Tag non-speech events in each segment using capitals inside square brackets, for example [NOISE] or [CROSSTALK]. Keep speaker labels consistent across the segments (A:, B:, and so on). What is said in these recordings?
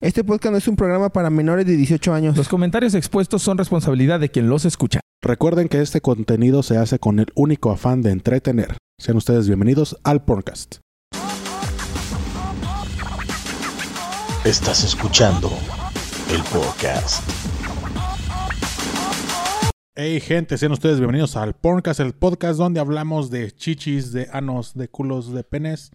A: Este podcast no es un programa para menores de 18 años.
B: Los comentarios expuestos son responsabilidad de quien los escucha.
C: Recuerden que este contenido se hace con el único afán de entretener. Sean ustedes bienvenidos al podcast.
D: Estás escuchando el podcast.
C: Hey gente, sean ustedes bienvenidos al Porncast, el podcast donde hablamos de chichis, de anos, de culos, de penes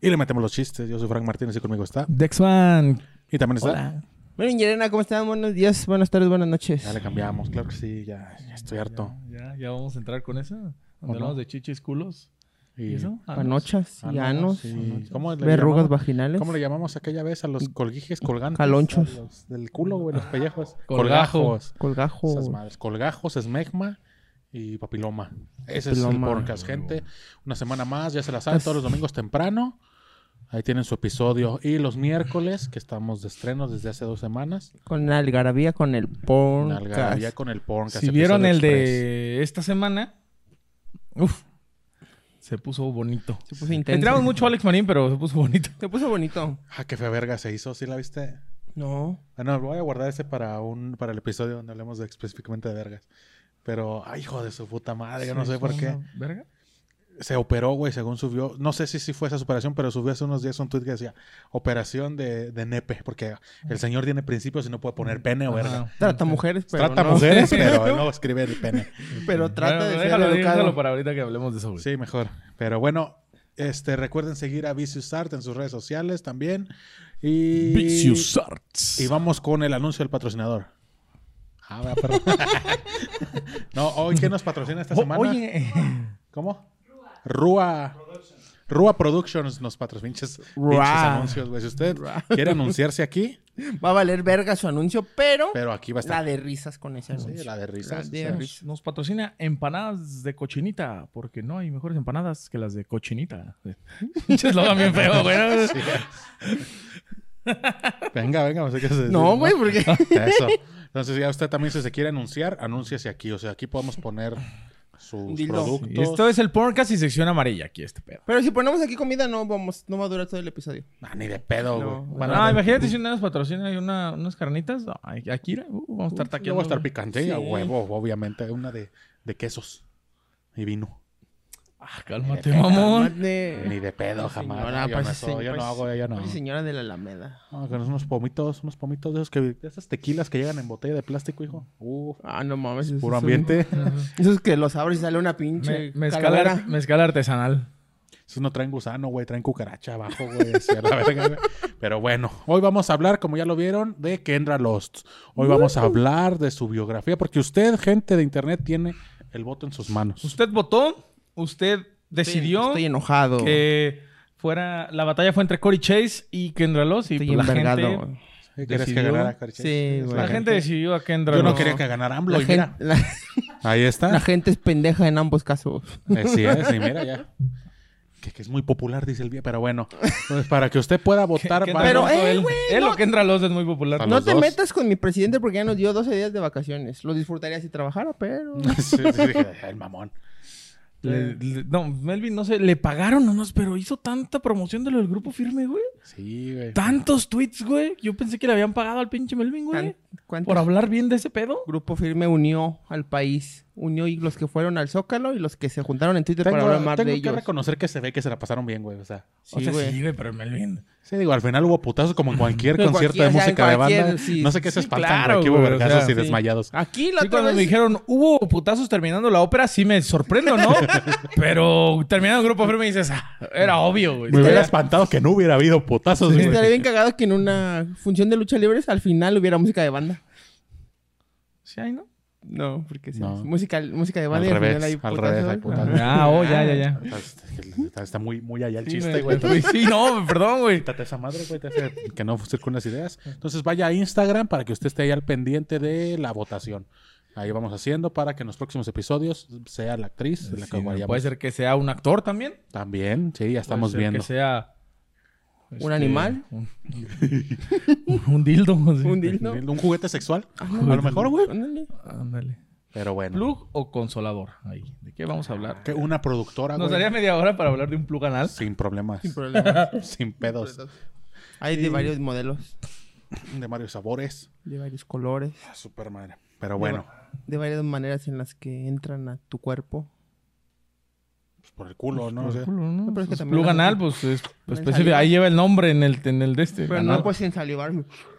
C: y le metemos los chistes. Yo soy Frank Martínez y conmigo está.
B: Dexman.
C: Y también está.
B: Hola.
A: Bueno, Yerena, ¿cómo están? Buenos días, buenas tardes, buenas noches.
C: Ya le cambiamos, claro que sí, ya, ya estoy harto.
B: Ya, ya vamos a entrar con esa. Donde hablamos de chichis, culos.
C: Y-
B: ¿Y eso? Ah, no.
A: Panochas,
C: Ah, no,
A: llanos,
C: sí. ¿Cómo le
A: verrugas
C: llamamos?
A: vaginales.
C: ¿Cómo le llamamos aquella vez a los colguijes colgantes?
A: Calonchos.
C: A los del culo, güey, los pellejos.
B: Colgajo.
C: Colgajos. Esas
A: Colgajo.
C: madres. Colgajos, esmegma y papiloma. Ese
A: Papiloma.
C: es el podcast, gente. Una semana más, ya se la saben, todos los domingos temprano. Ahí tienen su episodio. Y los miércoles, que estamos de estreno desde hace dos semanas.
A: Con la algarabía, con el
C: Una
A: porn.
C: algarabía con el podcast.
B: Si vieron el de esta semana, uf, se puso bonito.
A: Se puso intenso.
B: Entramos mucho a Alex Marín, pero se puso bonito.
A: Se puso bonito.
C: Ah, qué fea verga se hizo, ¿sí la viste?
A: No.
C: Ah, no, voy a guardar ese para un para el episodio donde hablemos de- específicamente de vergas. Pero, ay, hijo de su puta madre, yo no sé por qué.
B: ¿Verga?
C: Se operó, güey, según subió. No sé si sí fue esa operación, pero subió hace unos días un tweet que decía operación de, de nepe, porque el señor tiene principios y no puede poner pene o verga.
B: Ajá.
A: Trata mujeres, pero
C: trata
A: no. [LAUGHS]
C: mujeres, [LAUGHS] pero él no escribe el pene.
A: Pero trata
B: Bueno,
A: de ser
B: déjalo, déjalo
A: educado.
B: para ahorita que hablemos de eso, güey.
C: Sí, mejor. Pero bueno, este recuerden seguir a Vicious Art en sus redes sociales también. Y,
B: Vicious Arts.
C: Y vamos con el anuncio del patrocinador. Ah, va, perdón. [LAUGHS] no, hoy, ¿quién nos patrocina esta
B: O-
C: semana?
B: Oh, Oye,
C: ¿Cómo? Rúa. Rúa Productions nos patrocina. Pinches,
A: Rua.
C: pinches anuncios, güey. Si usted quiere anunciarse aquí,
A: Va a valer verga su anuncio, pero,
C: pero aquí va a
A: la
C: estar.
A: de risas con ese
C: Sí,
A: anuncio.
C: la de risas.
A: La de
C: o sea,
A: risas.
B: nos patrocina empanadas de cochinita, porque no hay mejores empanadas que las de cochinita. [LAUGHS] Pinche eslogan bien feo, güey.
C: Venga, venga, no sé qué se dice,
A: No, güey, porque...
C: [LAUGHS] Eso. Entonces, ya usted también, si se quiere anunciar, anúnciese aquí. O sea, aquí podemos poner sus
A: Dilo.
C: productos.
B: Y esto es el podcast y sección amarilla aquí, este pedo.
A: Pero si ponemos aquí comida, no vamos, no va a durar todo el episodio.
C: Ah, ni de pedo, güey.
A: No.
C: Van
B: ah,
C: a-
B: imagínate si una nos patrocina y una, unas carnitas. Ay, aquí uh, vamos a estar
C: Yo
B: taqueando.
C: voy a estar
B: güey.
C: picante,
A: Sí.
C: a huevo, obviamente. Una de, de quesos y vino.
B: Ah, cálmate, mamón.
C: Ni
A: De...
C: de pedo, jamás.
A: Señora, pues
C: yo, no,
A: parece
C: soy-
A: se-
C: yo no
A: parece-
C: hago, yo no.
A: Oye, pues señora de la Alameda.
C: No, Ah, con unos pomitos, unos pomitos de esos que, de esas tequilas que llegan en botella de plástico, hijo. Uf,
A: Ah, no mames. esos
C: puro
A: son-
C: ambiente.
A: Esos que los abres y sale una pinche
B: Me, mezcal,
A: calavera.
B: art- mezcal artesanal.
C: Esos no traen gusano, güey, traen cucaracha abajo, güey. así a la verga, güey. Pero bueno, hoy vamos a hablar, como ya lo vieron, de Kendra Lost. Hoy vamos a hablar de su biografía, porque usted, gente de internet, tiene el voto en sus manos.
B: Usted votó, usted decidió
A: Estoy enojado.
B: que fuera. La batalla fue entre Cory Chase y Kendra Loss. Y
A: Estoy
B: pues, la
A: envergado.
B: gente.
A: güey.
C: ¿Qué ¿Quieres que
B: decidió-
C: ganara Carchet?
A: Sí,
C: Es
A: güey.
B: La gente decidió a Kendra
C: Yo no
B: Loss.
C: quería que ganara AMLO,
A: La,
C: y
A: gen-
C: mira.
A: la-
C: Ahí está.
A: la gente es pendeja en ambos casos.
C: Así es, y mira ya. Que, que es muy popular, dice el día, pero bueno. Entonces, para que usted pueda votar,
B: Kendra
C: vaya-
A: Pero,
B: Loss,
A: eh,
B: él-
A: güey,
B: Él
A: no-
B: o Kendra Loss es muy popular.
C: A
A: No
C: los
A: te
C: dos.
A: metas con mi presidente porque ya nos dio 12 días de vacaciones. Lo disfrutaría si trabajara, pero...
C: [LAUGHS] Sí, sí, dije, "Ay, el mamón.
B: Le-
A: Mm.
B: le- no, Melvin, no sé, le pagaron o no, pero hizo tanta promoción de lo del grupo firme, güey.
C: Sí, güey.
B: Tantos tweets, güey. Yo pensé que le habían pagado al pinche Melvin, güey.
A: Tan- ¿Cuántos
B: Por hablar bien de ese pedo.
A: Grupo Firme unió al país. Unió y los que fueron al Zócalo y los que se juntaron en Twitter para hablar
C: Tengo,
A: más
C: tengo
A: de
C: que
A: ellos.
C: reconocer que se ve que se la pasaron bien, güey. O sea,
B: o
A: Sí,
B: sea,
A: güey.
B: sí, güey, pero Melvin.
C: sí, digo, al final hubo putazos como en
B: [LAUGHS]
C: cualquier
A: En
C: concierto de
A: cualquier- o sea, en
C: música de banda.
A: cualquier- sí,
C: no sé qué
B: sí,
C: se espantan,
B: claro,
C: güey. Aquí hubo
B: güey, o
C: vergazos
B: sea,
C: y
B: sí. Ah,
C: desmayados.
A: Aquí la
B: Sí,
A: otra
B: cuando me
A: vez-
B: dijeron, hubo putazos terminando la ópera, sí me sorprende,
A: [LAUGHS]
B: ¿no? pero terminando el grupo firme dices, "Ah, era obvio, güey.
C: Me hubiera
B: Era-
C: espantado que no hubiera habido putazos, güey.
A: Estaría bien cagado que en una función de lucha libres al final hubiera música de banda.
B: Sí, ahí, ¿no?
A: No, porque sí,
C: No.
A: es música, música de
C: Al
A: banda y
C: revés,
A: al final hay
C: al
A: putazos.
C: revés, hay putazos.
B: Ah, oh, ya, ya, ya.
C: Está, está muy, muy allá el
B: Sí,
C: chiste,
B: me-
C: güey.
B: Sí, no, perdón, güey.
C: Quítate esa madre, güey, te hace que no circulen las ideas. Entonces vaya a Instagram para que usted esté ahí al pendiente de la votación. Ahí vamos haciendo para que en los próximos episodios sea la actriz de la
B: Sí, pues,
C: que
B: no,
C: vayamos.
A: pues.
B: puede ser que sea un actor también.
C: También, sí, ya
B: Puede
C: estamos
B: ser
C: viendo.
B: Que sea. este,
A: animal?
B: Un, [LAUGHS] un dildo. así.
A: [LAUGHS] Un dildo.
C: ¿Un juguete sexual? a lo mejor, güey.
A: Ándale.
B: Ándale.
C: Pero bueno.
B: ¿Plug o consolador? Ahí. ¿De qué vamos a hablar?
C: Que una productora,
B: Nos
C: güey,
B: daría media hora para hablar de un plug anal.
C: [LAUGHS] Sin problemas.
A: Sin problema.
C: Sin pedos.
A: Hay de varios modelos.
C: de varios sabores.
A: de varios colores,
C: Ah, super madre. Pero bueno,
A: de varias maneras en las que entran a tu cuerpo.
C: pues por el culo, ¿no? O sea,
B: ¿no?
A: pero es que
B: Pues
A: también
B: plug
A: hace-
B: anal, pues es
A: También
B: específico.
A: saliva.
B: Ahí lleva el nombre en el, en el de este.
A: Pero
B: Anal.
A: no pues, puedes ensalivar.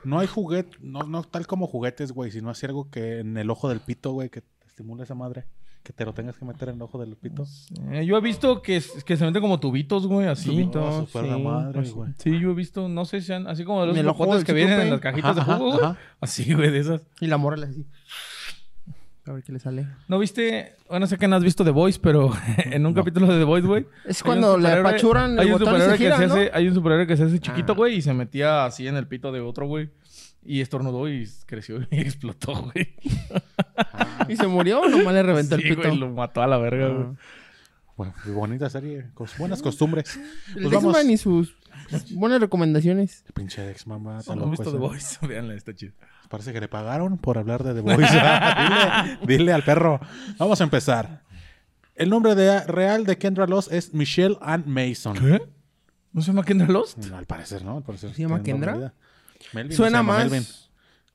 C: no hay juguete, no, no tal como juguetes, güey, sino así algo que en el ojo del pito, güey, que te estimule esa madre. Que te lo tengas que meter en el ojo del pito.
B: Eh, yo he visto que, es- que se meten como tubitos, güey, así.
A: Tubito.
C: No,
A: No,
C: super
A: sí,
C: la madre,
A: pues,
C: güey.
B: Sí, yo he visto, no sé si sean así como los
A: En el ojo del
B: locotes que vienen en
A: cíclope.
B: las cajitas
C: Ajá,
B: de jugo,
C: ajá,
B: güey.
C: ajá.
B: Así, güey, de esas.
A: Y la morra le hace así. A ver qué le sale.
B: ¿No viste? Bueno, sé que no has visto The Voice, pero [LAUGHS] en un capítulo de The Voice, güey.
A: Es
B: hay
A: cuando
B: un
A: le
B: superhéroe-
A: apachuran el
B: hay un
A: botón y
B: superhéroe
A: se
B: que
A: gira, ¿no?
B: hace- Hay un superhéroe que se hace chiquito,
A: Ah.
B: güey, y se metía así en el pito de otro, güey. Y estornudó y creció y [LAUGHS] explotó, güey.
A: ¿Y se murió [LAUGHS] o nomás le reventó
B: Sí,
A: el pito?
B: güey, lo mató a la verga, güey.
A: Ah.
C: Bueno, bonita serie, con buenas costumbres.
A: El
C: Pues vamos.
A: Dexman y sus buenas recomendaciones.
C: Pinche pues, Dex, mamá.
B: No,
C: tan
B: no he
C: loco
A: pues,
B: visto The
C: ese.
A: eh.
B: Voice. [LAUGHS] Veanla, está chido.
C: Parece que le pagaron por hablar de
A: [LAUGHS]
C: The Voice. dile, dile al perro. Vamos a empezar. El nombre de- real de Kendra Loss es Michelle Ann Mason. Mm,
B: ¿Qué? ¿No se llama Kendra Lost?
C: Al parecer, ¿no? Al parecer
A: ¿Se llama
C: tiene
A: Kendra?
C: nombre de- Melvin,
A: Suena
C: se llama
A: más
C: Melvin.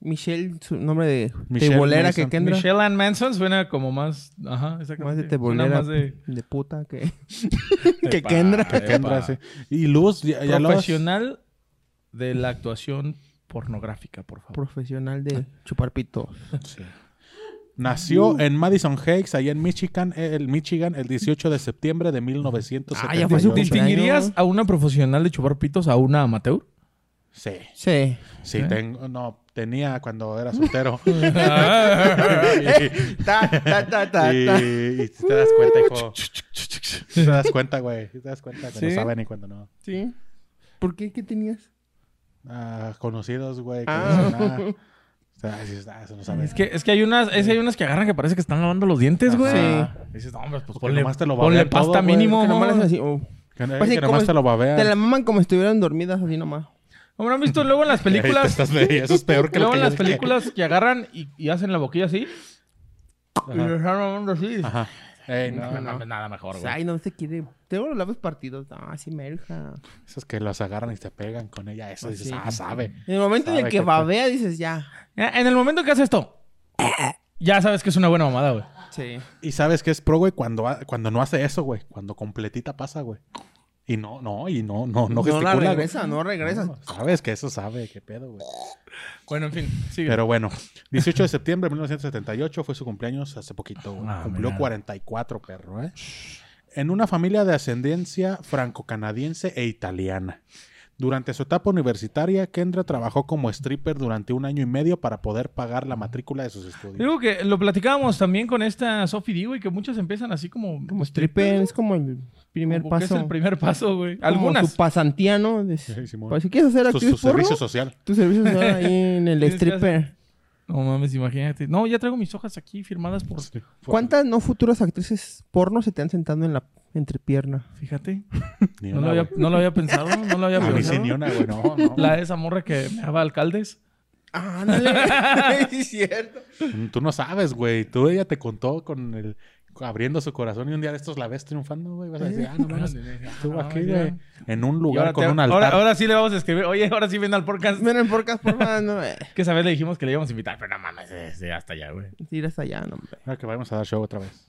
A: Michelle, su nombre de
C: Michelle
A: tebolera
C: Mason.
A: que Kendra.
B: Michelle Ann Manson suena como más... Ajá, exactamente.
A: Más de
B: Suena
A: tebolera
B: más de...
A: de puta que,
B: de
A: [LAUGHS] que
B: pa-
A: Kendra.
B: de
C: Kendra,
B: pa-
C: sí. Y Luz, ya, ya lo-
B: Profesional de la actuación pornográfica, por favor.
A: Profesional de chupar pito.
C: Sí.
A: Uh.
C: Nació en Madison Heights, allá en Michigan, eh, el Michigan, el 18 de septiembre de 1978.
A: Ah, ya fue su cumpleaños.
B: ¿Distinguirías a una profesional de chupar pitos a una
A: [LAUGHS]
B: amateur?
C: Sí,
A: Sí.
C: sí,
B: ¿Eh?
C: tengo, no, tenía cuando
A: [LAUGHS]
C: era soltero. [LAUGHS]
A: Ta, ta, ta, ta,
C: Y,
A: ta.
C: y si te das cuenta, hijo. Si te das cuenta, güey. Si te das cuenta cuando
B: ¿Sí?
C: saben y cuando no.
A: Sí. ¿Por qué? ¿Qué tenías?
C: Ah, conocidos, güey. que
A: Ah.
C: dicen, ah, o sea, dices, ah, eso no sabe.
B: Es que, es que hay unas, es que hay unas que agarran que parece que están lavando los dientes, güey.
C: Ajá.
B: Dices, no, hombre, pues
C: Porque
B: ponle,
C: nomás te lo va a
B: ponle
C: ver todo,
B: pasta
C: güey.
B: mínimo.
A: Que nomás
B: ¿no?
A: las así, oh.
C: Que, eh,
A: Pues sí,
C: que
A: como
C: nomás
A: es-
C: te lo babean. [LAUGHS]
A: Te la maman como si estuvieran dormidas así nomás.
B: Hombre, ¿han visto luego en las
C: [LAUGHS] Ahí te
B: películas?
C: estás- eso es peor que lo
B: Luego
C: que
B: en
C: yo
B: las
C: dije.
B: películas que agarran y, y hacen la boquilla así. Y
C: Ajá.
B: les están mamando así.
C: Ajá. Ey, no,
B: No,
C: no.
B: mames, nada mejor, güey.
A: Ay, no se quiere. Tengo los labios partidos. Ah, sí, merja.
C: Esos que los agarran y te pegan con ella. Eso dices,
A: Sí.
C: ah, sabe.
A: En el momento en
C: Sabe
A: el que
C: que-
A: babea, dices ya.
B: Ya, En el momento que haces esto, ya sabes que es una buena mamada, güey.
A: Sí.
C: Y sabes que es pro, güey, cuando, ha- cuando no hace eso, güey. Cuando completita pasa, güey. Y no, no, y no, no, no
A: No, la
C: gesticula, güey.
A: regresa, no regresa.
C: No, sabes que eso sabe, qué pedo, güey.
B: Bueno, en fin, sigue.
C: Pero [LAUGHS] bueno, 18 de septiembre de 1978 fue su cumpleaños hace poquito. güey.
B: Ah,
C: Cumplió
B: mira.
C: 44, perro, ¿eh? En una familia de ascendencia franco-canadiense e italiana. Durante su etapa universitaria, Kendra trabajó como stripper durante un año y medio para poder pagar la matrícula de sus estudios.
B: Digo que lo platicábamos también con esta Sophie D, güey, que muchas empiezan así como...
A: Como stripper, es como el primer
B: como que
A: paso.
B: Es el primer paso, güey.
A: Como
B: Algunas.
A: tu pasantía, ¿no? De-
C: Sí, Simón.
A: pues, si quieres hacer
C: Su,
A: actriz
C: su servicio
A: porno,
C: social.
A: tu servicio social ahí en [LAUGHS] el
B: Tienes que
A: stripper.
B: No mames, imagínate. No, ya traigo mis hojas aquí firmadas por...
A: ¿Cuántas no futuras actrices porno se te han sentado en la entrepierna?
B: Fíjate.
C: Ni
B: No
C: una,
B: lo había,
C: güey.
B: no lo había pensado, no lo había
C: [LAUGHS] A mí sí, ni
B: pensado.
C: una, güey. No, no.
B: La de esa morra que me daba alcaldes.
A: Ah, ándale. sí, es cierto.
C: Tú no sabes, güey. Tú ella te contó con el abriendo su corazón y un día de estos la ves triunfando, güey. Vas a decir, ah, no mames. Estuvo
B: [LAUGHS] Ah,
C: aquí,
B: ya.
C: güey. En un
B: Y ahora
C: lugar con
B: te-
C: un altar.
B: Ahora, ahora sí le vamos a escribir. Oye, ahora sí ven al podcast.
A: Miren, porcas, por favor, no. eh,
B: Que esa vez le dijimos que le íbamos a invitar, pero no mames, eh, sí, hasta allá, güey.
A: Ir hasta allá, no, hombre.
C: Ahora que vamos a dar show otra vez.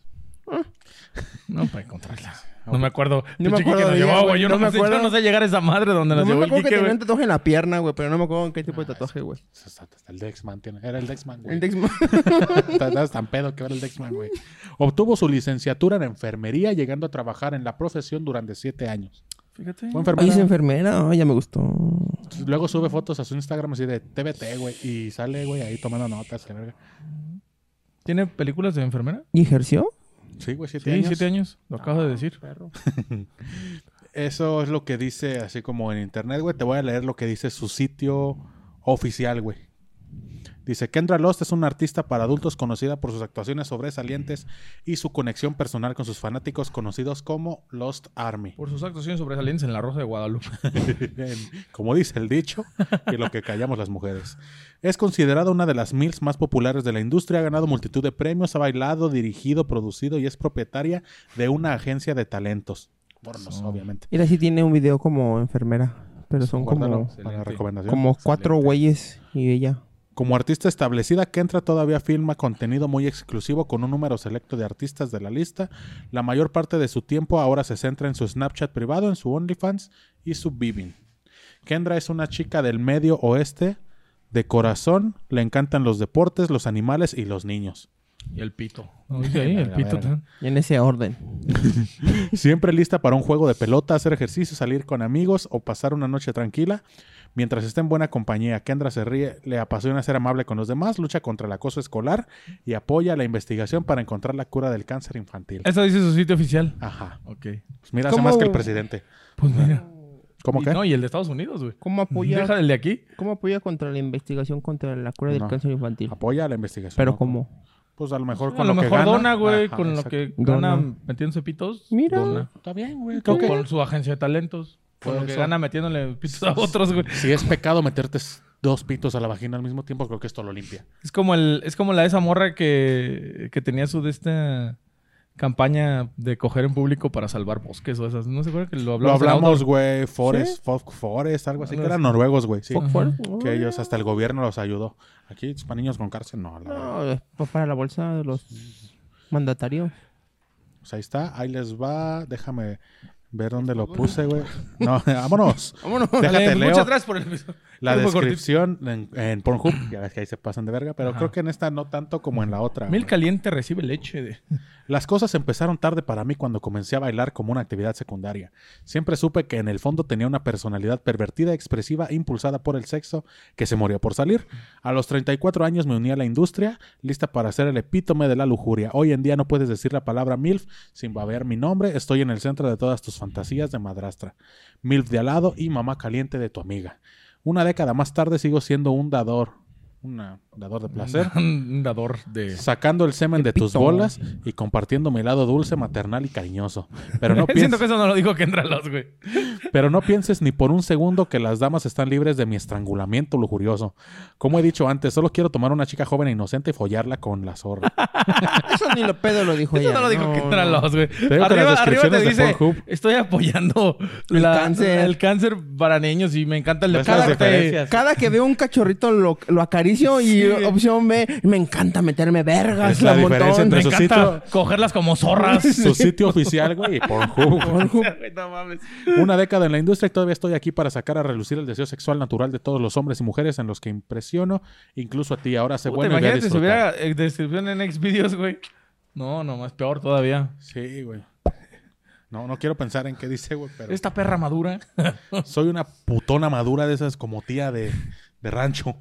B: No, para encontrarla. No me acuerdo.
A: No me
B: Pinche Quique
A: acuerdo
B: nos
A: de ella,
B: llevaba,
A: güey.
B: güey. Yo no me acuerdo. no sé llegar a esa madre donde
A: No
B: nos
A: me
B: llevó el
A: acuerdo que
B: Quique,
A: tenía
B: güey.
A: un tatuaje en la pierna, güey, pero no me acuerdo en qué tipo de tatuaje, güey.
C: Hasta hasta el Dexman tiene. Era el Dexman, güey.
A: El Dexman.
C: [LAUGHS] Estabas tan pedo que era el Dexman, güey. Obtuvo su licenciatura en enfermería, llegando a trabajar en la profesión durante siete años.
B: Fíjate.
C: Fue
A: Oye, es
C: enfermera.
A: enfermera, ay, ya me gustó.
B: Ah.
C: Luego sube fotos a su Instagram así de TBT, güey. Y sale, güey, ahí tomando notas. la verga.
B: ¿Tiene películas de enfermera?
A: ¿Y ejerció?
C: Sí, güey,
B: Sí,
C: siete años.
B: siete años. Lo acabo de decir.
C: Eso es lo que dice así como en internet, güey. Te voy a leer lo que dice su sitio oficial, güey. Dice, Kendra Lost es una artista para adultos conocida por sus actuaciones sobresalientes y su conexión personal con sus fanáticos conocidos como Lost [LAUGHS] Army.
B: Por sus actuaciones sobresalientes en La Rosa de Guadalupe.
C: como dice el dicho, que lo que callamos las mujeres. Es considerada una de las mills más populares de la industria, ha ganado multitud de premios, ha bailado, dirigido, producido y es propietaria de una agencia de talentos. Pornos, obviamente.
A: Mira, sí tiene un video como enfermera. pero son como,
C: Guárdalo para recomendación.
A: como cuatro güeyes y ella.
C: Como artista establecida, Kendra todavía filma contenido muy exclusivo con un número selecto de artistas de la lista. La mayor parte de su tiempo ahora se centra en su Snapchat privado, en su OnlyFans y su Vivin. Kendra es una chica del medio oeste, de corazón, le encantan los deportes, los animales y los niños.
B: Y el pito. Oye, el
C: Verga,
B: pito
C: verga.
B: también.
A: En ese orden.
C: Siempre lista para un juego de pelota, hacer ejercicio, salir con amigos o pasar una noche tranquila. Mientras esté en buena compañía, Kendra se ríe, le apasiona ser amable con los demás, lucha contra el acoso escolar y apoya la investigación para encontrar la cura del cáncer infantil.
B: Eso dice su sitio oficial.
C: Ajá.
B: Ok.
C: Pues mira, hace
A: ¿Cómo?
C: más que el presidente.
B: Pues mira.
C: ¿Cómo
B: Y
C: que?
B: No, y el de Estados Unidos, güey.
A: ¿Cómo apoya,
B: Deja el de aquí.
A: ¿Cómo apoya contra la investigación contra la cura del
C: No.
A: cáncer infantil?
C: Apoya la investigación.
A: Pero
C: ¿no?
A: como...
C: Pues a lo mejor
B: A
C: con
B: lo,
C: lo, que
B: mejor
C: gana.
B: dona, güey,
C: Ajá,
B: con
C: exacto.
B: lo que
A: Dona.
B: gana metiéndose pitos.
A: Mira.
B: dona.
C: Está bien, güey.
B: O
C: Creo que
B: con su agencia de talentos. Con
C: Por
B: lo que
C: eso.
B: gana metiéndole pitos a otros, güey.
C: si es pecado meterte s- dos pitos a la vagina al mismo tiempo, creo que esto lo limpia.
B: Es como el, es como la de esa morra que, que tenía su de esta campaña de coger en público para salvar bosques o esas. No se acuerdan que lo
C: Lo
B: hablamos. en
C: hablamos, güey. Forest, Fo- Forest, algo así. Que eran noruegos, güey. Sí.
A: ¿Fuck fuera?
C: Que ellos hasta el gobierno los ayudó. Aquí es para niños con cárcel, no. la verdad.
A: No, pues para la bolsa de los mandatarios.
C: Pues ahí está, ahí les va. Déjame ver dónde lo puse, güey. No, [LAUGHS] vámonos.
A: Vámonos.
C: Déjate
B: audio.
C: leo
B: Muchas gracias por el
C: la
B: Fue muy
C: descripción en, en Pornhub. Ya ves que ahí se pasan de verga, pero
B: Ajá.
C: creo que en esta no tanto como en la otra.
B: Mil
C: güey.
B: caliente recibe leche de.
C: Las cosas empezaron tarde para mí cuando comencé a bailar como una actividad secundaria. Siempre supe que en el fondo tenía una personalidad pervertida, expresiva, e impulsada por el sexo, que se moría por salir. A los 34 años me uní a la industria, lista para ser el epítome de la lujuria. Hoy en día no puedes decir la palabra MILF sin babear mi nombre. Estoy en el centro de todas tus fantasías de madrastra. MILF de al lado y mamá caliente de tu amiga. Una década más tarde sigo siendo un dador. Una, un dador de placer
B: [LAUGHS] Un dador de.
C: sacando el semen de tus
A: pito.
C: bolas y compartiendo mi lado dulce, maternal y cariñoso. Pero no,
B: [LAUGHS] Siento
C: pienses,
B: que eso no lo dijo Kendra Loss, güey.
C: pero no pienses ni por un segundo que las damas están libres de mi estrangulamiento lujurioso. Como he dicho antes, solo quiero tomar una chica joven e inocente y follarla con
B: [LAUGHS]
C: la zorra.
A: Eso ni lo pedo lo dijo
B: Eso
A: ella.
B: no lo dijo Kendra Loss, güey.
C: digo que
B: Arriba,
C: las
B: arriba te
C: descripciones de
B: dice:
C: Pornhub-
B: Estoy
C: [LAUGHS]
B: apoyando
A: El
B: la-
A: cáncer.
B: el cáncer para niños y me encanta el
C: Pues las
B: deporte.
C: referencias.
A: Cada que veo un cachorrito lo, lo acaricio y
B: Sí.
A: opción B, me encanta meterme vergas
C: Es la
A: a montón.
C: diferencia
B: Me
C: entre su
B: encanta cogerlas como zorras.
C: Su
B: [LAUGHS]
C: sitio oficial, güey, y Pornhub.
B: Güey, no mames.
C: Una década en la industria y todavía estoy aquí para sacar a relucir el deseo sexual natural de todos los hombres y mujeres en los que impresiono, incluso a ti. Ahora se
B: Puta,
C: bueno y ve a
B: imagínate si
C: disfrutar.
B: hubiera eh, descripción en Xvideos, güey. No, no, más peor todavía.
C: Sí, güey. No, no quiero pensar en qué dice, güey, pero...
B: Esta perra madura.
C: Soy una putona madura de esas como tía de, de rancho.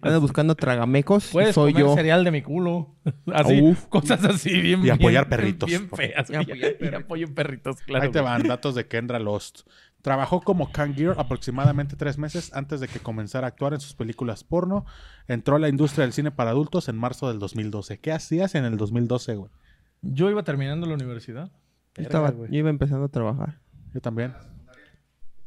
A: Ando buscando tragamecos. y
B: Puedes
A: soy
B: comer
A: yo.
B: cereal de mi culo. [LAUGHS] Así,
A: Uf.
B: cosas así bien
C: Y apoyar
B: bien-
C: perritos.
B: Bien feas.
A: Y
B: güey.
A: apoyar
B: [LAUGHS] Y apoyo perritos, claro.
C: Ahí te
B: güey.
C: van datos de Kendra Lost. Trabajó como Kangier aproximadamente tres meses antes de que comenzara a actuar en sus películas porno. Entró a la industria del cine para adultos en marzo del 2012. ¿Qué hacías en el 2012, güey?
B: Yo iba terminando la universidad.
A: Yo, estaba-
C: Verga, güey.
A: yo iba empezando a trabajar.
C: Yo también.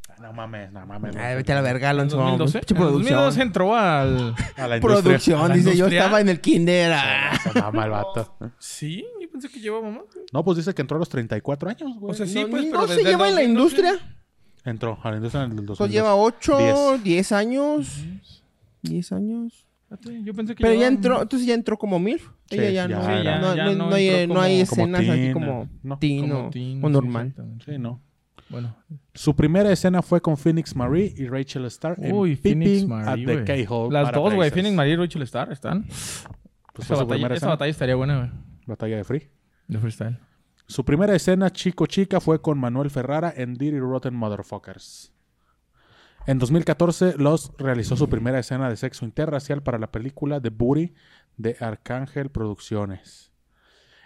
C: Ah, No mames, no mames.
A: Ay, vete a la verga,
B: ¿En
A: Alonso.
B: 2012?
A: Pinche
B: En 2012
A: producción.
B: entró al...
C: A la industria.
A: Producción,
C: [LAUGHS]
B: ¿A la
A: dice yo
B: industria?
A: estaba en el kinder. ah.
C: Se mama el vato.
B: Sí, yo pensé que llevaba más.
C: No, pues dice que entró a los 34 años, güey.
B: O sea, sí,
A: no,
B: pues,
A: ni-
B: pero
A: no se
B: desde el
A: lleva en la
B: 2012.
A: industria.
C: Entró a la industria en el 2012.
A: Eso Pues lleva 8,
C: Diez.
A: 10 años. 10 años.
B: Fíjate, Ah, Yo pensé que
A: Pero ya
B: llevaba-
A: entró, entonces ya entró como MILF.
C: Sí,
A: Ella ya,
C: ya
A: no,
C: Sí, ya-
A: no,
B: ya
A: no-
B: no
A: no hay-
B: entró
A: no hay
B: como-
C: como
A: escenas así
C: teen,
A: como
C: no.
A: teen
B: Como
A: o-
B: teen,
A: o
B: sí,
A: normal.
B: exactamente.
C: Sí, no.
B: Bueno,
C: Su primera escena fue con Phoenix Marie y Rachel Starr en
B: Uy, Phoenix
C: Peeping
B: Marie,
C: at the
B: güey.
C: K-Hole.
B: Las dos, güey.
C: Paradise.
B: Phoenix Marie y Rachel Star están.
C: Pues
B: Esa
C: fue su
B: batalla,
C: primera
B: esa
C: escena.
B: batalla estaría buena, güey.
C: Batalla de Free.
B: De freestyle.
C: Su primera escena chico-chica fue con Manuel Ferrara en Dirty Rotten Motherfuckers. En 2014, Los realizó su primera escena de sexo interracial para la película The Booty de Arcángel Producciones.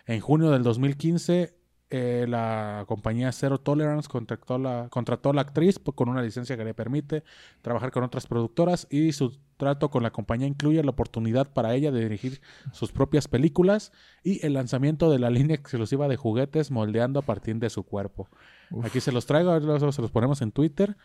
C: En junio del 2015, eh, la compañía Zero Tolerance contrató, la, contrató a la actriz po- con una licencia que le permite trabajar con otras productoras y su trato con la compañía incluye la oportunidad para ella de dirigir sus propias películas y el lanzamiento de la [LAUGHS] línea exclusiva de juguetes moldeando a partir de su cuerpo.
B: Uf.
C: Aquí se los traigo, ahora los- se los ponemos en Twitter.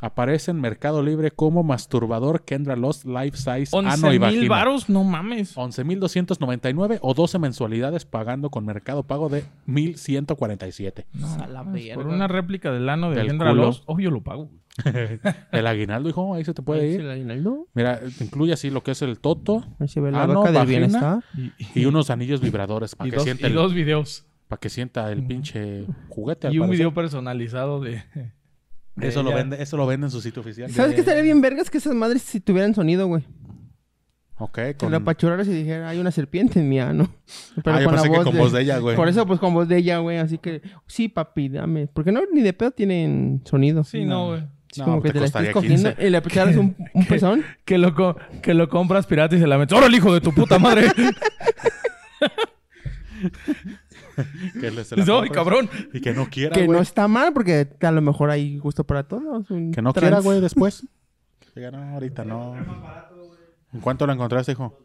C: Aparece en Mercado Libre como masturbador Kendra Lost Life Size Ano y
B: 11 mil
C: Vagina.
B: varos, no mames.
C: 11.299 o 12 mensualidades pagando con Mercado Pago de 1.147.
B: No,
A: A la
B: mames,
A: verga.
B: por una réplica del ano de
C: Del
B: Kendra
C: culo.
B: Loss, obvio lo pago. güey.
C: el aguinaldo, hijo, ahí se te puede
A: Ahí se
C: ir.
A: la aguinaldo.
C: Mira, te incluye así lo que es el toto
A: Ahí se ve la
C: Ah, no,
A: vaca del
C: vagina.
A: bienestar.
B: Y,
C: y unos anillos vibradores para
B: y
C: que,
B: dos,
C: sienta
B: y
C: el-
B: dos videos.
C: para que sienta el pinche juguete. al
B: Y un
C: parecer.
B: video personalizado de... de
C: Eso lo,
B: ella.
C: vende, eso lo vende en su sitio oficial.
A: ¿Sabes qué estaría bien vergas? Que esas madres si tuvieran sonido, güey.
C: Ok,
A: Que
C: con...
A: la apachurraras y dijera, hay una serpiente en mi
C: [LAUGHS]
A: ano. Pero
C: Ah, yo
A: con la
C: pensé que
A: voz
C: con
A: de-
C: voz de ella, güey.
A: Por eso, pues con voz de ella, güey. Así que, sí, papi, dame. Porque no, ni de pedo tienen sonido.
B: [LAUGHS] Sí, no, güey.
A: Es
C: No,
A: como
C: pues
A: que te
C: te
A: la estés
C: costaría
A: cogiendo
C: 15.
A: y le echaras un,
C: [LAUGHS]
A: un pezón.
B: Que lo, co- que lo compras pirata y se la metes. ¡Órale, hijo de tu puta madre! [LAUGHS]
C: que le- se
B: [LAUGHS] Dices,
C: la
B: ¡Ay,
C: compres.
B: cabrón!
C: Y que no quiera,
A: Que
C: güey.
A: no está mal, porque a lo mejor hay gusto para todos. un
C: Que no
A: trans.
C: quiera, güey, después.
B: [LAUGHS]
C: Diga, no, ahorita no. ¿En cuánto lo encontraste, hijo?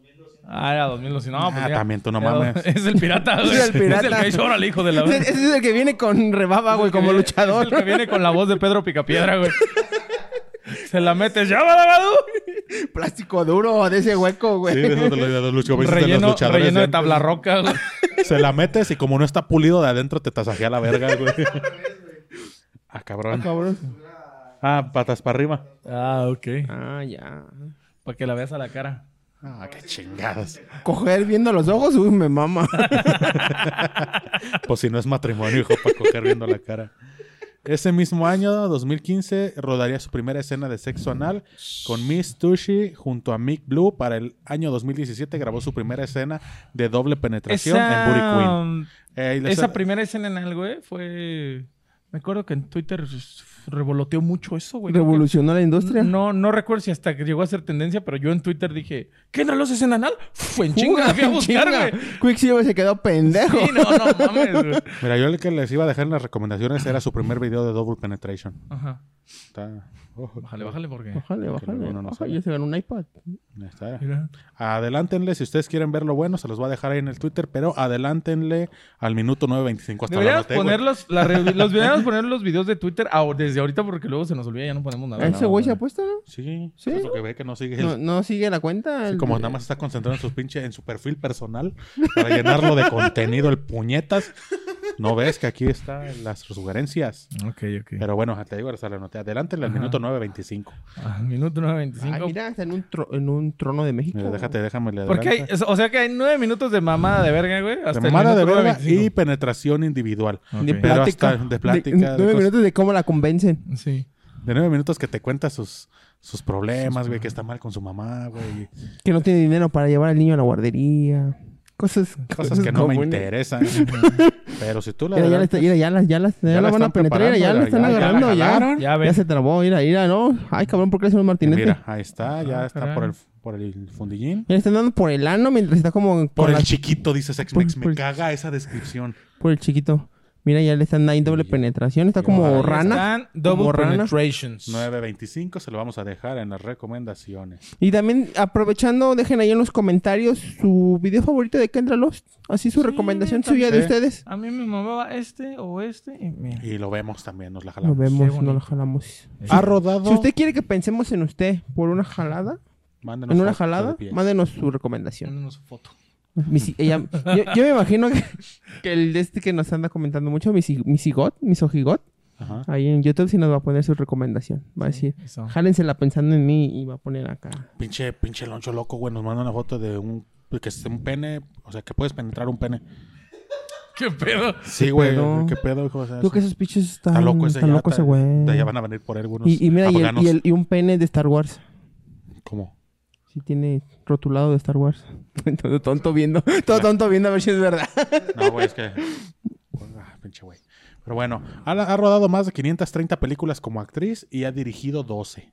B: Ah, era 2012. No, pues
C: Ah,
B: ya.
C: también tú no
B: Era- [LAUGHS]
C: mames.
B: Es el pirata, güey.
A: Es el pirata.
B: Es el que hizo, órale, hijo de la...
A: Ese ese [LAUGHS] es el que viene con rebaba, güey, como
B: Es el-
A: luchador.
B: es el que viene con la voz de Pedro Picapiedra, güey. Se la metes, ya, balabado.
A: Plástico duro de ese hueco, güey.
C: Sí, de eso te lo digo, los luchadores de los
B: Relleno,
C: luchadores
B: relleno de
C: antes.
B: tabla roca, güey.
C: Se la metes y como no está pulido de adentro, te tasajea la verga, güey.
A: Ah,
C: Ah, cabrón.
A: cabrón.
C: Ah, patas para arriba.
B: Ah, ok.
A: Ah, ya.
B: Para que la veas a la cara.
C: Ah, qué chingadas.
A: Coger viendo los ojos, uy, me mama.
B: Ah,
C: Pues si no es matrimonio, hijo, para coger viendo la cara. Ese mismo año, 2015, rodaría su primera escena de sexo anal con Miss Tushy junto a Mick Blue. Para el año 2017 grabó su primera escena de doble penetración en Booty Queen. Eh, y les-
B: um, Esa primera escena en algo, güey, fue. Me acuerdo que en Twitter revoloteó mucho eso, güey.
A: Revolucionó la industria.
B: No, no recuerdo si hasta que llegó a ser tendencia, pero yo en Twitter dije, ¿qué no los hacen anal? Fue en [LAUGHS] chinga, la fui a buscar, güey.
A: Quicksilver se quedó pendejo.
B: Sí, no, no [LAUGHS] mames, güey.
C: Mira, yo el que les iba a dejar en las recomendaciones era su primer video de double penetration.
B: Ajá.
C: Está.
B: Bájale, bájale, porque.
A: Bájale,
C: Porque luego
A: bájale.
C: uno no
A: Ojo,
C: sabe.
A: ya se ganó un iPad.
C: Ahí está.
B: Mira.
C: Adelántenle, si ustedes quieren ver lo bueno, se los voy a dejar ahí en el Twitter, pero adelántenle al minuto 9.25 hasta la
B: Deberíamos
C: noté, güey.
B: poner los, la re- los- deberíamos poner los videos de Twitter ah, desde ahorita porque luego se nos olvida y ya no ponemos
C: Ah,
B: nada.
A: Ese
B: No,
A: güey se
B: güey.
A: ha puesto, ¿no?
C: Sí,
A: Sí.
C: es lo que ve que no sigue. el-
A: No, no sigue la cuenta.
C: Sí,
A: el-
C: como nada más está concentrado en su pinche, en su perfil personal para llenarlo de contenido, el puñetas. No ves que aquí están las sugerencias.
B: Ok, ok.
C: Pero bueno, te digo, hasta la noté. Adelántenle al
B: Ajá.
C: minuto 9.25.
B: Ah, minuto
A: Ay,
B: 9.25.
A: mira, está en un, tro- en un trono de México.
C: Mira, déjate, déjame le
B: Porque hay,
C: adelanto.
B: o sea que hay nueve minutos de mamada de verga, güey. Hasta
C: De mamada de verga y penetración individual.
B: Ok.
A: De
B: Pero
A: plática.
C: hasta- de plática, de
A: nueve
C: cosas.
A: minutos de cómo la convencen.
B: y... Sí.
C: De nueve minutos que te cuenta sus, sus problemas, güey, que está mal con su
A: [LAUGHS]
C: mamá, güey.
A: Que no tiene dinero para llevar al niño a la guardería. Cosas,
C: Cosas que no me
A: comunes. [LAUGHS]
C: interesan. Pero si tú le
A: Mira, ya, la
C: adelantas-
A: está- mira, ya, las- ya, las- ya
C: Ya
A: la
C: la
A: van a
C: están
A: penetrar, mira, ya
C: preparando,
A: la están
C: ya- ya la
A: agarrando, ya.
C: jalaron.
A: Ya,
B: Ya ven.
A: se trabó, mira, mira, no. Ay, cabrón, ¿por qué le hacen un martinete?
C: Mira, ahí está, ya
B: Ah,
C: está
B: caray.
C: por el, por el fundillín.
A: Mira, le están dando por el ano mientras está como con
C: Por
A: la-
C: el chiquito, dice Sexmex.
A: por- por
C: Me
A: el-
C: caga esa descripción.
A: por el chiquito. Mira, ya le están ahí doble
C: Sí.
A: penetración, está
C: Ya,
A: como
C: ahí
A: rana.
B: Están double
A: Como rana.
B: penetrations.
C: 9.25 se lo vamos a dejar en las recomendaciones.
A: Y también, aprovechando, dejen ahí en los comentarios su video favorito de Kendra Lost. Así su
B: Sí,
A: recomendación
B: también.
A: suya de ustedes.
B: A mí me mamaba este o este y mira.
C: Y lo vemos también, nos la pues,
A: Nos
C: jalamos.
A: vemos,
B: Qué
A: no
B: bonito.
A: lo jalamos.
C: Ha rodado.
A: Si usted quiere que pensemos en usted por una jalada,
C: Mándenos
A: en una
C: fotos de
A: jalada,
C: pies.
A: mándenos su recomendación.
B: Mándenos su foto. [LAUGHS]
A: Misi- ella- yo, yo me imagino que, que el de este que nos anda comentando mucho, Misi- Misigot, Misogigot,
C: Ajá.
A: ahí en YouTube sí nos va a poner su recomendación. Va a decir,
B: Eso.
A: jálensela pensando en mí y va a poner acá.
C: Pinche, pinche loncho loco, güey. Nos manda una foto de un. Que es un pene. O sea, que puedes penetrar un pene.
B: ¿Qué pedo?
C: Sí, güey.
A: pedo?
C: ¿Qué pedo, hijo? O sea,
A: Creo que
C: Ah, sí.
A: esos pichos están,
C: Está loco ese
A: están
C: ya,
A: loco
C: está-
A: ese güey.
C: de allá van a venir por ahí algunos.
A: Y, y mira, y, el-
C: afganos.
A: y el- y un pene de Star Wars.
C: ¿Cómo?
A: Sí tiene rotulado de Star Wars. [LAUGHS] todo tonto viendo, todo tonto viendo a ver si es verdad.
C: No, güey, es que. Ah, pinche güey. Pero bueno, ha, ha rodado más de 530 películas como actriz y ha dirigido 12.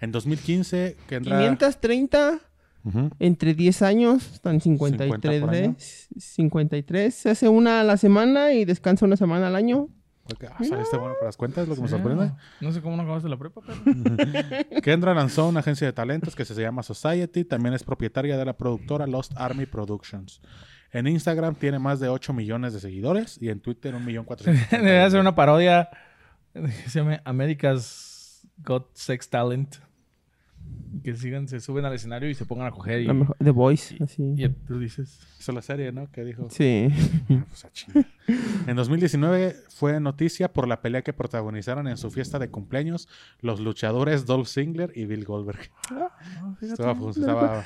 C: En 2015, que entra.
A: 530
C: Ujú.
A: entre 10 años, están
C: 50
A: 53
C: por año.
A: de 53, se hace una a la semana y descansa una semana al año.
C: Porque, ah, saliste bueno para las cuentas, lo que me sorprende.
B: No sé cómo no acabaste la prepa, pero.
C: Kendra lanzó una agencia de talentos que se llama Society. También es propietaria de la productora Lost Army Productions. En Instagram tiene más de 8 millones de seguidores y en
B: [LAUGHS]
C: Twitter 1.400.000.
B: Debería hacer una parodia que se llame America's Got Sex Talent. Que sigan, se suben al escenario y se pongan a coger y,
A: La mejor- The Voice, así.
B: y tú dices.
C: Esa es la serie, ¿no? Que dijo.
A: Sí. [LAUGHS]
C: Ah, pues, a chingar. En 2019 fue noticia por la pelea que protagonizaron en su fiesta de cumpleaños los luchadores Dolph Ziggler y Bill Goldberg.
A: Ah,
C: Estaba, pues, estaba-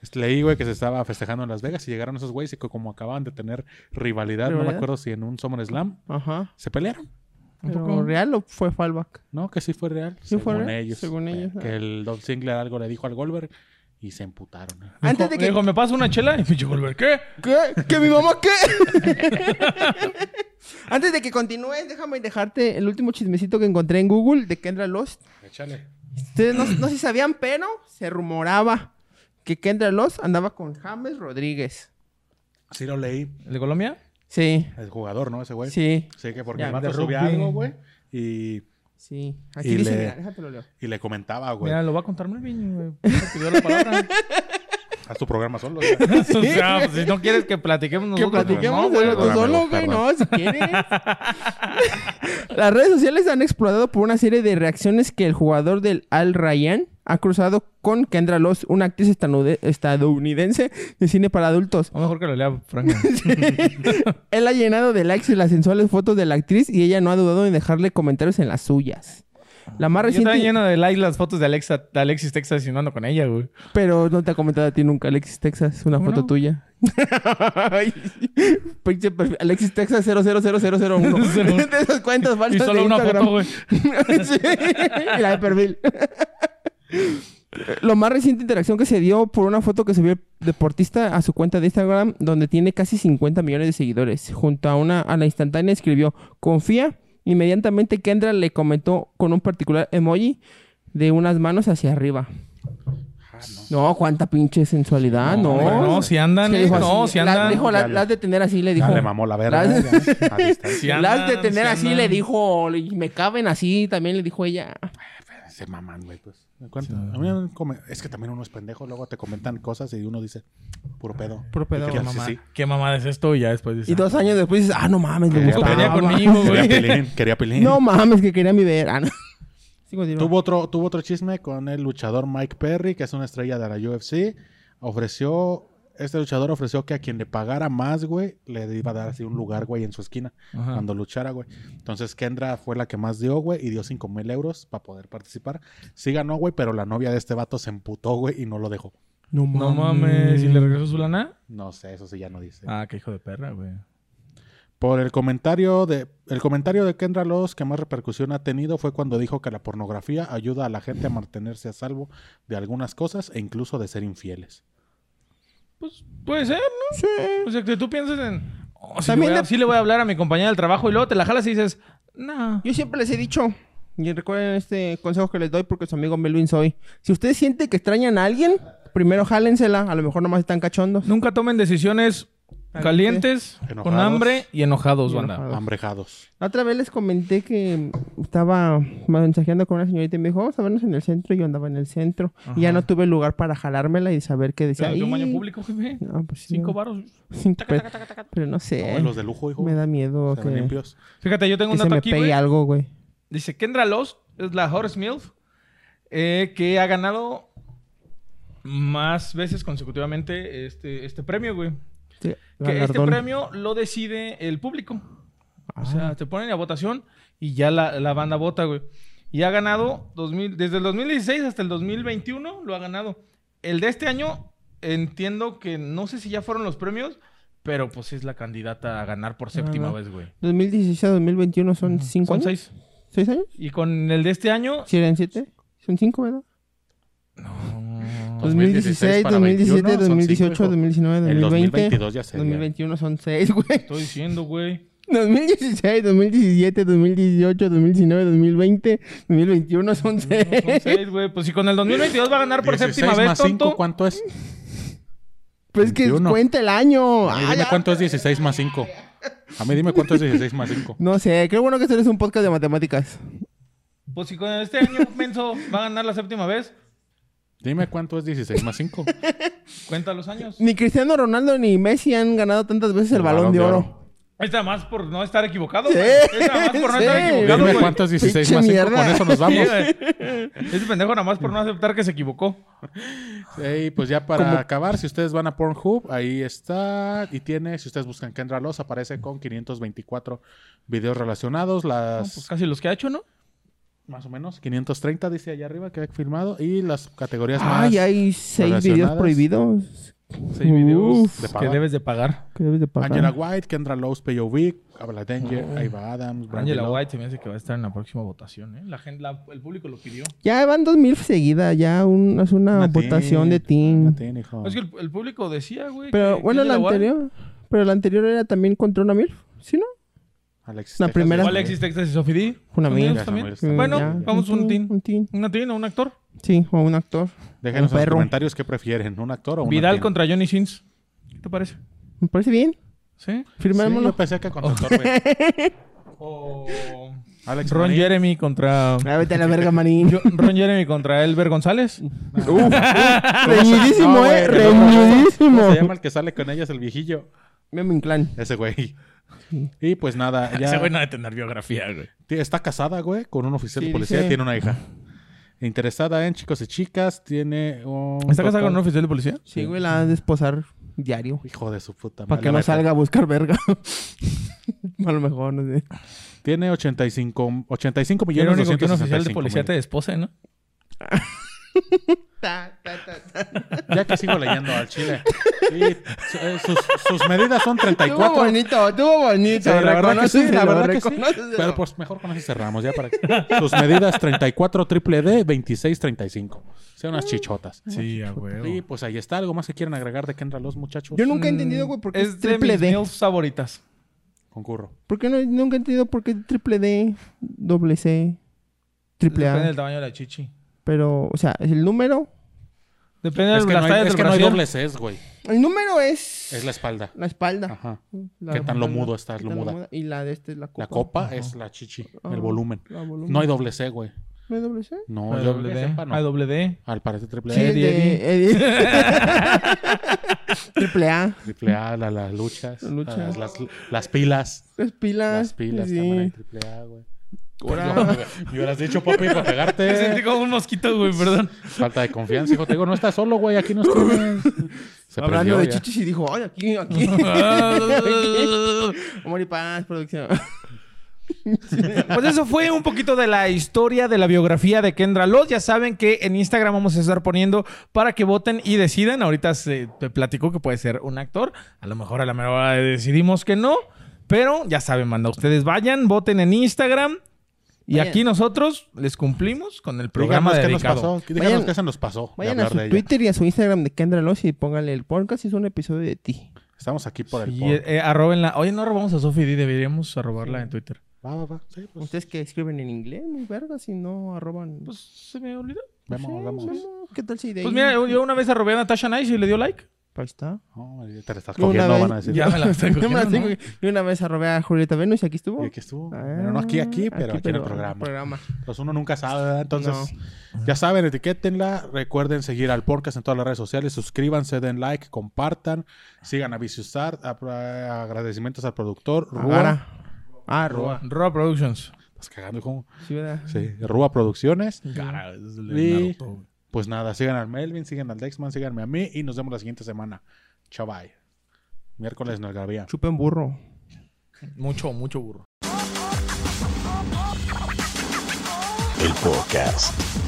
C: este, leí, güey, que se estaba festejando en Las Vegas y llegaron esos güeyes y co- como acababan de tener rivalidad, no me
A: ¿Rivalidad?
C: acuerdo si en un SummerSlam,
A: Ajá.
C: se pelearon.
B: Un
A: ¿Pero
B: poco-
A: real o fue fallback?
C: No, que sí fue real.
A: Sí fue real,
C: ellos.
A: según
C: eh,
A: ellos,
C: Que
A: ah.
C: el Dolph Ziggler algo le dijo al Goldberg y se emputaron. eh.
A: Antes de
B: Dijo,
A: que...
B: ¿me pasa una chela? Y pinche Goldberg, ¿qué?
A: ¿Qué? ¿Que mi mamá qué? [LAUGHS] Antes de que continúes, déjame dejarte el último chismecito que encontré en Google de Kendra Lost.
C: Échale.
A: Ustedes no, no sé si sabían, pero se rumoraba que Kendra Lost andaba con James Rodríguez.
C: Sí lo leí.
B: ¿El de Colombia?
A: Sí,
C: El jugador, ¿no? Ese güey.
A: sí,
C: Sí, que porque
A: Ya,
C: el vato
B: de
C: subía
B: rugby.
C: algo, güey. Y,
A: sí. Aquí
C: Y
A: dice,
C: le-
A: mira, déjatelo leo.
C: y le comentaba, güey.
B: Mira, lo va a contar Melvin, güey. [LAUGHS] Ya pidió la palabra.
A: [LAUGHS]
B: [LAUGHS]
C: Haz tu programa solo. güey.
B: o sea, pues, si no quieres que platiquemos
A: Que
B: nosotros. pues,
A: platiquemos
B: no, güey.
A: de lo
C: perdóname,
A: solo, güey, no, si quieres. Las redes sociales han explorado por una serie de reacciones que el jugador del Al Ryan ha cruzado con Kendra Loss, una actriz estanude- estadounidense de cine para adultos.
B: A lo mejor que lo lea
A: [LAUGHS]
B: Frank.
A: Él ha llenado de likes y las sensuales fotos de la actriz y ella no ha dudado en dejarle comentarios en las suyas. La más
B: Yo estaba
A: reciente,
B: lleno de likes las fotos de Alexa, de Alexis Texas y no ando con ella, güey.
A: pero no te ha comentado a ti nunca Alexis Texas, una
B: ¿Cómo
A: foto
B: no? [LAUGHS]
A: tuya. Ay, pinche perfil, Alexis Texas
B: [LAUGHS]
A: 000001. [LAUGHS] de esas cuentas falsas
B: Y
A: de
B: solo una
A: Instagram.
B: foto, güey.
A: [LAUGHS] Sí, y la de perfil. Lo más reciente interacción que se dio por una foto que subió el deportista a su cuenta de Instagram, donde tiene casi 50 millones de seguidores. Junto a una a la instantánea escribió confía. Inmediatamente Kendra le comentó con un particular emoji de unas manos hacia arriba.
C: Ah, no.
A: No, cuánta pinche sensualidad, Ah, no.
B: güey, no, si andan,
A: Es que dijo
B: no,
A: así,
B: si
A: la-
B: andan.
A: dijo, la,
C: Ya le-
A: la has de tener así, le dijo.
C: Ya le mamó la verga.
A: La-
C: ya, a distancia.
B: Si
A: la has de
B: andan,
A: tener
B: si
A: así,
B: andan.
A: le dijo. Y me caben así, también le dijo ella.
C: Se maman, güey, pues. Me cuento. A mí no me come- es que también uno es pendejo, luego te comentan cosas y uno dice, puro pedo.
A: Puro pedo.
C: Y
B: ¿Qué
C: que-
B: mamada,
C: sí, sí.
B: ¿Qué mamada es esto? Y ya después dice.
A: Y dos años después dices, ah, no mames, me
C: Quería
A: gustaba.
C: pelea
A: [LAUGHS]
B: conmigo, güey.
C: Quería pelín, quería pelín.
A: No mames, que quería mi ver. Ah, no. [LAUGHS] Sí, continúa.
C: Tuvo otro, tuvo otro chisme con el luchador Mike Perry, que es una estrella de la UFC. Ofreció, este luchador ofreció que a quien le pagara más, güey, le iba a dar así un lugar, güey, en su esquina,
B: Ajá.
C: cuando luchara, güey. Entonces Kendra fue la que más dio, güey, y dio 5 mil euros para poder participar. Sí ganó, güey, pero la novia de este vato se emputó, güey, y no lo dejó.
A: No
B: No mames, ¿y le regresó su lana?
C: No sé, eso sí ya no dice.
B: Ah, qué hijo de perra, güey.
C: Por el comentario de el comentario de Kendra Loss que más repercusión ha tenido fue cuando dijo que la pornografía ayuda a la gente a mantenerse a salvo de algunas cosas e incluso de ser infieles.
B: Pues puede ser, ¿no?
A: Sí.
B: O sea, que tú piensas en. oh, sí,
A: También
B: le voy a,
A: de-
B: sí le voy a hablar a mi compañera del trabajo y luego te la jalas y dices, no.
A: Yo siempre les he dicho, y recuerden este consejo que les doy porque su amigo Melvin soy. Si ustedes sienten que extrañan a alguien, primero jálensela. A lo mejor nomás están cachondos.
B: Nunca tomen decisiones calientes,
C: Enojados.
B: con hambre y enojados,
A: Y
B: banda.
A: enojados.
C: Hambrejados.
A: La otra vez les comenté que estaba mensajeando con una señorita y me dijo, vamos a vernos en el centro. Y yo andaba en el centro. Y ya no tuve lugar para jalármela y saber qué decía.
B: Claro, que un baño
A: "Ih".
B: público, jefe.
A: No, pues sí.
B: Cinco varos.
A: Cinco pe- Pero no sé.
C: No, los de lujo, hijo.
A: Eh, Me da miedo
C: Se
A: que,
C: ven limpios.
B: Fíjate, yo tengo
A: que
B: un
A: se
B: dato
A: me
B: aquí,
A: pegue
B: güey.
A: algo, güey.
B: Dice Kendra Loss es la Horace Milf eh, que ha ganado más veces consecutivamente este, este premio, güey.
A: Sí,
B: Que este
A: galardón.
B: premio lo decide el público.
A: Ah.
B: O sea, te ponen a votación y ya la, la banda vota, güey. Y ha ganado 2000 desde el 2016 hasta el 2021 lo ha ganado. El de este año entiendo que no sé si ya fueron los premios, pero pues es la candidata a ganar por séptima
A: Ajá.
B: vez, güey.
A: 2016 a 2021 son 5
B: Son
A: años.
B: seis.
A: ¿Seis años?
B: Y con el de este año
A: ¿Si eran 7? Son 5, ¿verdad?
B: No.
A: 2016,
C: 2016 para
A: 2017,
C: 21 son
A: 2018,
C: cinco, hijo.
A: 2019,
C: El
A: 2020.
C: 2022 ya se
A: 2021 son 6, [LAUGHS] güey.
B: Estoy diciendo, güey.
A: 2016, 2017, 2018, 2019, 2020, 2021 son 6.
B: No son seis, güey. Pues si con el 2022 va a ganar por séptima vez,
C: más 5,
B: tonto.
C: ¿cuánto es?
A: [LAUGHS] Pues es que
C: 21.
A: cuenta el año.
B: Ah,
C: A mí
A: Ay,
C: dime
A: ay.
C: cuánto es 16 más 5. A mí dime cuánto es 16 más 5.
A: No sé, qué bueno que esto es un podcast de matemáticas.
B: Pues si con este año, menso, va a ganar la séptima vez,
C: Dime cuánto es 16
A: [LAUGHS]
C: más 5.
B: cuenta los años.
A: Ni Cristiano Ronaldo ni Messi han ganado tantas veces el, balón, de oro.
B: Es nada más por no estar equivocado,
A: Sí,
B: güey. Es nada más por no
A: sí.
B: estar equivocado,
C: Dime
B: güey.
C: cuántos 16
A: Pinche
C: más 5, con
A: mierda.
C: eso nos
A: [LAUGHS]
B: Sí,
C: vamos.
B: güey. Ese pendejo nada más por no aceptar que se equivocó.
C: Y pues ya para acabar, si ustedes van a Pornhub, ahí está. Y tiene, si ustedes buscan Kendra Loss, aparece con 524 videos relacionados.
B: No,
C: Las
B: pues
A: Ah,
B: casi los que ha hecho, ¿no?
C: más o
A: pues.
C: menos 530 dice allá arriba que ha filmado. Y las categorías más.
A: Ay, hay seis videos
C: relacionadas.
A: prohibidos.
B: Seis videos
A: Uf,
C: de
B: que
C: pagar.
B: debes de pagar.
A: que debes de pagar.
C: Angela White, Kendra Lowe, Peyovic, Abla Danger,
A: Ah.
C: Iva Adams, Brandi
B: Angela
C: Lowe.
B: White se me hace que va a estar en la próxima votación, ¿eh? La gente, la- el público lo pidió.
A: Ya van dos mil seguidas, ya un- es una
C: Una
A: votación
C: teen,
A: de team.
C: una teen, hijo.
B: Es que el, el público decía, güey.
A: Pero
B: que-
A: bueno,
B: que
A: la
B: Angela White-
A: anterior, pero la anterior era también contra una milf, ¿sí no?
C: Alexis
A: la
C: Texas
A: primera-
C: de-
B: ¿Cuál existe Texas y Sophie D?
A: Una
B: ¿Son
A: mía.
B: ellos también?
C: Sí,
B: Bueno,
A: Ya.
B: vamos un tin.
A: Un teen.
B: ¿Una tina, un actor?
A: Sí, o un actor.
C: Déjenos
A: Un
C: en los
A: perro.
C: comentarios qué prefieren, un actor o un
B: Vidal contra Johnny Sins. ¿Qué te parece?
A: Me parece bien.
B: ¿Sí?
C: Sí,
A: Firmémoslo.
C: yo pensé que
B: Oh.
C: contra
B: [LAUGHS]
C: actor, güey.
B: O
C: Alex
B: Ron
C: Marín.
B: Jeremy contra...
A: Ah, vete a la verga, Marín.
B: Yo- Ron Jeremy contra Elber [LAUGHS] González.
A: Reñidísimo,
C: No, güey,
A: eh.
C: que no, no, no. ¿Cómo
A: Reñidísimo.
C: se llama el que sale con ellas, el viejillo?
A: Memo Inclán.
C: Ese güey. Y
B: [LAUGHS]
C: pues nada, ya
B: Ese güey no debe tener biografía, güey.
C: t- está casada, güey, con un oficial
A: Sí,
C: de policía
A: dice-
C: tiene una hija. Interesada en chicos y chicas, tiene un...
B: ¿Está casado con un
C: total-
B: oficial de policía?
A: Sí, güey, la han de esposar diario.
C: Hijo de su puta
A: Para
C: madre,
A: que
C: la
A: no
C: neta.
A: salga a buscar verga. a lo mejor, no sé.
C: Tiene 85, 85
B: Yo
C: millones
B: lo único que un
C: 265
B: oficial de policía
C: mil.
B: te despose, ¿no?
C: Ya que sigo leyendo
B: [LAUGHS]
C: al chile. Y su- eh, sus, sus medidas son 34.
A: Estuvo bonito, estuvo bonito.
C: Sí, la verdad que sí, la
A: reconóceselo,
C: verdad que sí.
A: reconóceselo.
C: Pero pues mejor con eso cerramos ya [LAUGHS] para que... Sus medidas 34 triple D, 26 35. Sean unas chichotas.
B: Sí, a
C: Y pues ahí está. ¿Algo más que quieran agregar de Kendra los muchachos?
A: Yo nunca he entendido, güey, por qué es,
B: Mm, Es de
A: triple
B: mis
A: D.
B: meals favoritas.
C: Concurro.
A: ¿Por qué no, nunca he entendido por qué triple D, doble C, triple
B: Depende
A: A?
B: del tamaño de la chichi.
A: Pero, o sea, el número.
B: Depende
C: Es
B: de
C: que,
B: las
C: no hay,
B: tallas
C: es
B: del
C: que no hay
B: brasier.
C: dobles es, güey.
A: El número es.
C: Es la espalda.
A: la espalda.
C: Ajá.
A: La-
C: ¿Qué tan lo
A: la-
C: mudo estás,
A: qué
C: lo
A: tan
C: muda?
A: Y la de este es la copa.
C: La copa es la chichi,
A: Ajá.
C: el volumen.
A: La volumen.
C: No hay doble C, güey.
A: ¿No hay doble C?
C: No,
B: Hay
C: yo
B: doble
C: que
B: D.
C: sepa, no.
B: Hay doble D.
C: Al parecer triple
A: Sí,
C: A.
A: el de
C: [LAUGHS]
A: Eddie. Triple A.
C: Triple A, la- Ah, las luchas.
A: Las luchas.
C: Las, las- las pilas.
A: Las pilas.
C: Las pilas
A: sí.
C: también hay triple A, güey.
A: Ahora-
C: No, güey, Me hubieras dicho, papi, para
B: Sentí
C: [LAUGHS] pegarte.
B: como un mosquito, [LAUGHS] güey, perdón.
C: Falta de confianza, hijo. Te digo, no estás solo, güey. Aquí no [LAUGHS] tienes. Se
A: Hablando
C: prendió
A: de
C: ya.
A: chichis y dijo, ay, aquí, aquí.
C: [LAUGHS]
A: Amor y paz, producción.
B: [LAUGHS] Pues eso fue un poquito de la historia de la biografía de Kendra Loss. Ya saben que en Instagram vamos a estar poniendo para que voten y decidan. Ahorita se te platicó que puede ser un actor. A lo mejor a la mera hora decidimos que no. Pero ya saben, manda, ustedes vayan, voten en Instagram. Y
A: Vayan.
B: aquí nosotros les cumplimos con el programa
C: Díganos pues, qué nos
B: dedicado.
C: pasó. Díganos
A: Vayan-
C: qué se nos pasó de
A: Vayan a
C: hablar
A: su
C: de ella.
A: Twitter y a su Instagram de Kendra Loss y pónganle el podcast. Es un episodio de ti.
C: Estamos aquí por el
B: Y
C: pod.
B: eh, arrobenla. Oye, no robamos a Sophie D, deberíamos arrobarla en Twitter.
C: Va, va, va. Sí, pues.
A: Ustedes que escriben en inglés, muy verga, si no arroban.
B: Pues se me olvidó.
C: Vemos,
A: Sí,
C: vemos.
A: vemos. ¿Qué tal si de
B: Pues
A: ahí-
B: mira, yo yo una vez arrobé a Natasha Nice y le dio like.
A: Ahí
C: [LAUGHS]
A: está.
C: No, te la estás
A: Una
C: cogiendo,
A: vez-
C: van a decir.
B: Ya me la estoy
A: [LAUGHS] Yo me la tengo
B: cogiendo, ¿no?
A: que- yo una vez arrobé a Julieta Venus y aquí estuvo. Ah,
C: Y aquí estuvo. Bueno, no aquí, aquí, pero aquí, en el programa. Pues uno nunca sabe, ¿verdad? Entonces, ya saben, etiquétenla. Recuerden seguir al podcast en todas las redes sociales. Suscríbanse, den like, compartan. Sigan a Vicious Art. A- a- Agradecimientos al productor. Rúa.
A: Ahora. Ah, Rua.
B: Raw Productions.
C: Estás cagando como.
A: Sí, ¿verdad?
C: Sí, Rúa Producciones.
B: Cara, es el
C: Y-
B: Naruto, güey.
C: Pues nada, sigan al Melvin, sigan al Dexman, síganme a mí y nos vemos la siguiente semana. Chao, bye. Miércoles, no algarabía.
A: Chupen burro.
B: Mucho, mucho burro.
D: El podcast.